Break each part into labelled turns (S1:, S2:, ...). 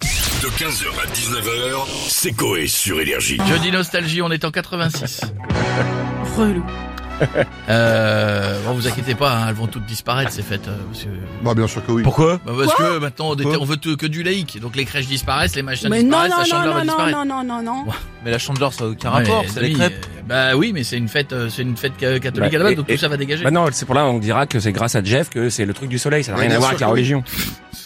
S1: De 15h à 19h, c'est Coé sur Énergie.
S2: Jeudi Nostalgie, on est en 86.
S3: Relou.
S2: Euh, bon, vous inquiétez pas, hein, elles vont toutes disparaître ces fêtes. euh, parce que,
S4: Bah bien sûr que oui.
S5: Pourquoi
S2: Bah, parce que maintenant, on, était- on veut tout- que du laïque. Donc les crèches disparaissent, les machins
S3: Mais non,
S2: disparaissent,
S3: non,
S2: la chandeleur va
S3: non, non,
S2: disparaître.
S3: non, non, non, non, non.
S5: Mais la chandeleur, ça n'a aucun
S2: Ouais,
S5: rapport,
S2: les
S5: c'est les
S2: amis,
S5: crêpes.
S2: euh, bah oui, mais c'est une fête, euh, c'est une fête ca- catholique à la
S6: Bah,
S2: base,
S6: et-
S2: donc
S6: et-
S2: tout ça va dégager.
S6: Bah non, c'est pour là, on dira que c'est grâce à Jeff que c'est le truc du soleil, ça n'a
S4: Ouais,
S6: rien
S4: bien
S6: à voir
S4: sûr
S6: avec la
S4: que oui.
S6: religion.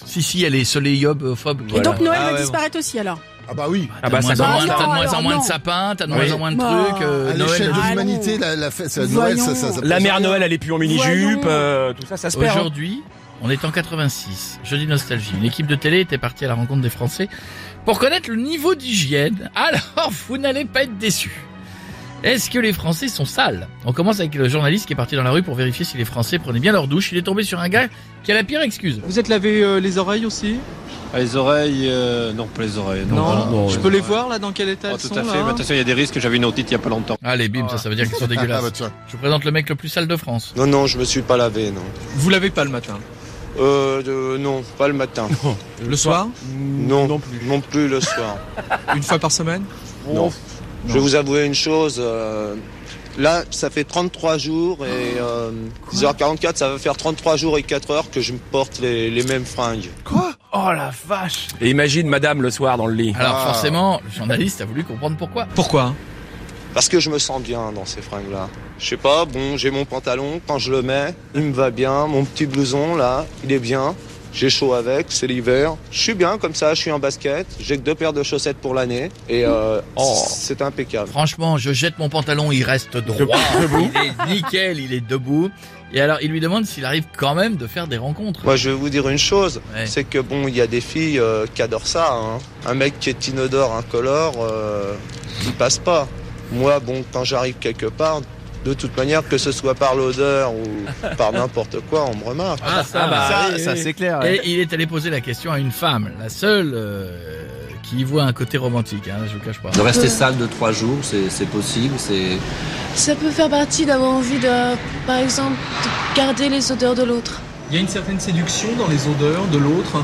S2: Si, si, elle est soleilophobe.
S3: Et donc Noël
S5: Ah
S3: va
S5: ouais,
S3: disparaître aussi alors.
S4: Ah bah oui.
S2: T'as
S6: bah,
S2: de moins
S6: ça
S2: en moins-
S3: commence.
S2: t'as de moins
S3: Alors,
S2: en moins de
S3: non.
S2: sapins, t'as de
S4: Oui.
S2: moins en moins de
S3: Bah,
S2: trucs. euh,
S4: À
S2: Noël,
S4: l'échelle de
S3: Ah non.
S4: l'humanité, la, la fête, ça, Noël, ça, ça, ça
S6: La
S4: pèse
S6: mère
S4: rien.
S6: Noël, elle est plus en
S3: Voyons.
S6: mini-jupe, euh, tout ça, ça se perd. hein.
S2: Aujourd'hui, on est en 86, jeudi nostalgie. Une équipe de télé était partie à la rencontre des Français pour connaître le niveau d'hygiène. Alors, vous n'allez pas être déçus. Est-ce que les Français sont sales On commence avec le journaliste qui est parti dans la rue pour vérifier si les Français prenaient bien leur douche. Il est tombé sur un gars qui a la pire excuse.
S7: Vous êtes lavé euh, les oreilles aussi
S8: Ah, Les oreilles, euh, non pas les oreilles.
S7: Non,
S8: voilà.
S7: Je peux les voir là dans quel état
S8: Oh,
S7: elles
S8: tout
S7: sont
S8: à fait,
S7: là
S8: mais attention, il y a des risques, j'avais une audite il y a pas longtemps.
S2: Allez, bim, ça, ça veut dire qu'ils sont
S4: Ah bah
S2: dégueulasses.
S4: tiens.
S2: Je vous présente le mec le plus sale de France.
S9: Non, non, je me suis pas lavé, non.
S7: Vous lavez pas le matin.
S9: Euh, de- non, pas le matin.
S7: Le soir
S9: Non, non plus, le soir.
S7: Une fois par semaine
S9: Non. Je vais vous avouer une chose. euh, là, ça fait 33 jours et euh, 10h44, ça va faire 33 jours et 4 heures que je me porte les, les mêmes fringues.
S5: Oh la vache
S6: Et imagine madame le soir dans le lit.
S2: Alors
S4: Ah.
S2: forcément, le journaliste a voulu comprendre pourquoi.
S7: Pourquoi hein
S9: Parce que je me sens bien dans ces fringues-là. Je sais pas, bon, j'ai mon pantalon, quand je le mets, il me va bien. Mon petit blouson, là, il est bien. J'ai chaud avec, c'est l'hiver. Je suis bien comme ça, je suis en basket. J'ai que deux paires de chaussettes pour l'année. Et euh, c'est impeccable.
S2: Franchement, je jette mon pantalon, il reste droit. Il est nickel, il est debout. Et alors, il lui demande s'il arrive quand même de faire des rencontres.
S9: Moi, je vais vous dire une chose,
S2: Ouais.
S9: c'est que bon, il y a des filles euh, qui adorent ça. hein. Un mec qui est inodore, incolore, euh, il passe pas. Moi, bon, quand j'arrive quelque part, de toute manière, que ce soit par l'odeur ou par n'importe quoi, on me remarque.
S2: Ah, ça, bah,
S5: Ça,
S2: oui,
S5: ça,
S2: oui.
S5: c'est clair. ouais.
S2: Et il est allé poser la question à une femme, la seule euh, qui y voit un côté romantique, hein, je vous cache pas.
S10: De rester sale de trois jours, c'est c'est possible, c'est...
S11: Ça peut faire partie d'avoir envie de, par exemple, de garder les odeurs de l'autre.
S7: Il y a une certaine séduction dans les odeurs de l'autre.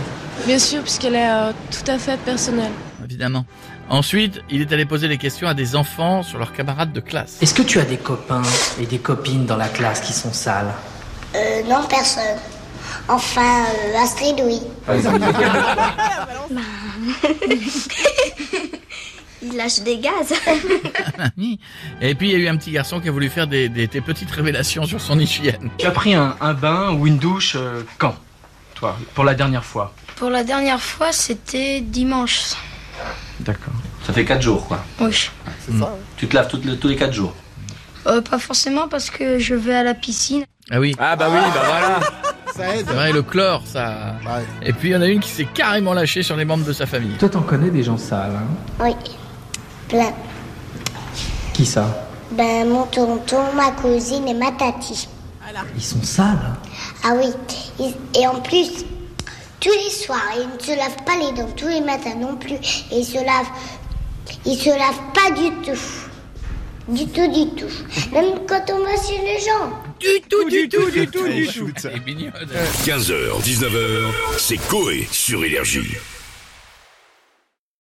S11: Bien sûr, puisqu'elle est euh, tout à fait personnelle.
S2: Évidemment. Ensuite, il est allé poser les questions à des enfants sur leurs camarades de classe.
S10: Est-ce que tu as des copains et des copines dans la classe qui sont sales
S11: Euh, non, personne. Enfin, Astrid, oui. Il lâche des gaz.
S2: Et puis, il y a eu un petit garçon qui a voulu faire des, des- des petites révélations sur son hygiène.
S10: Tu as pris un, bain ou une douche quand Toi, pour la dernière fois
S11: Pour la dernière fois, c'était dimanche.
S10: D'accord. Ça fait quatre jours, quoi.
S11: Oui.
S10: Tu te laves toutes les- tous les quatre jours
S11: Euh, pas forcément parce que je vais à la piscine.
S2: Ah oui,
S6: Ah bah oui, bah voilà.
S4: Ça aide.
S2: c'est vrai, le chlore, ça...
S4: Ouais.
S2: Et puis, il y en a une qui s'est carrément lâchée sur les membres de sa famille.
S10: Toi, t'en connais des gens sales, hein
S11: Oui. Plein.
S10: Qui ça
S11: Ben, mon tonton, ma cousine et ma tati.
S10: Ils sont sales
S11: Ah oui, ils- et en plus, tous les soirs, ils ne se lavent pas les dents, tous les matins non plus, et ils se lavent, ils se lavent pas du tout. Du tout, du tout. Même quand on va chez les gens.
S2: Du tout, du tout, du tout, du tout. Elle est mignonne.
S1: 15h, 19h, c'est Coé sur Énergie.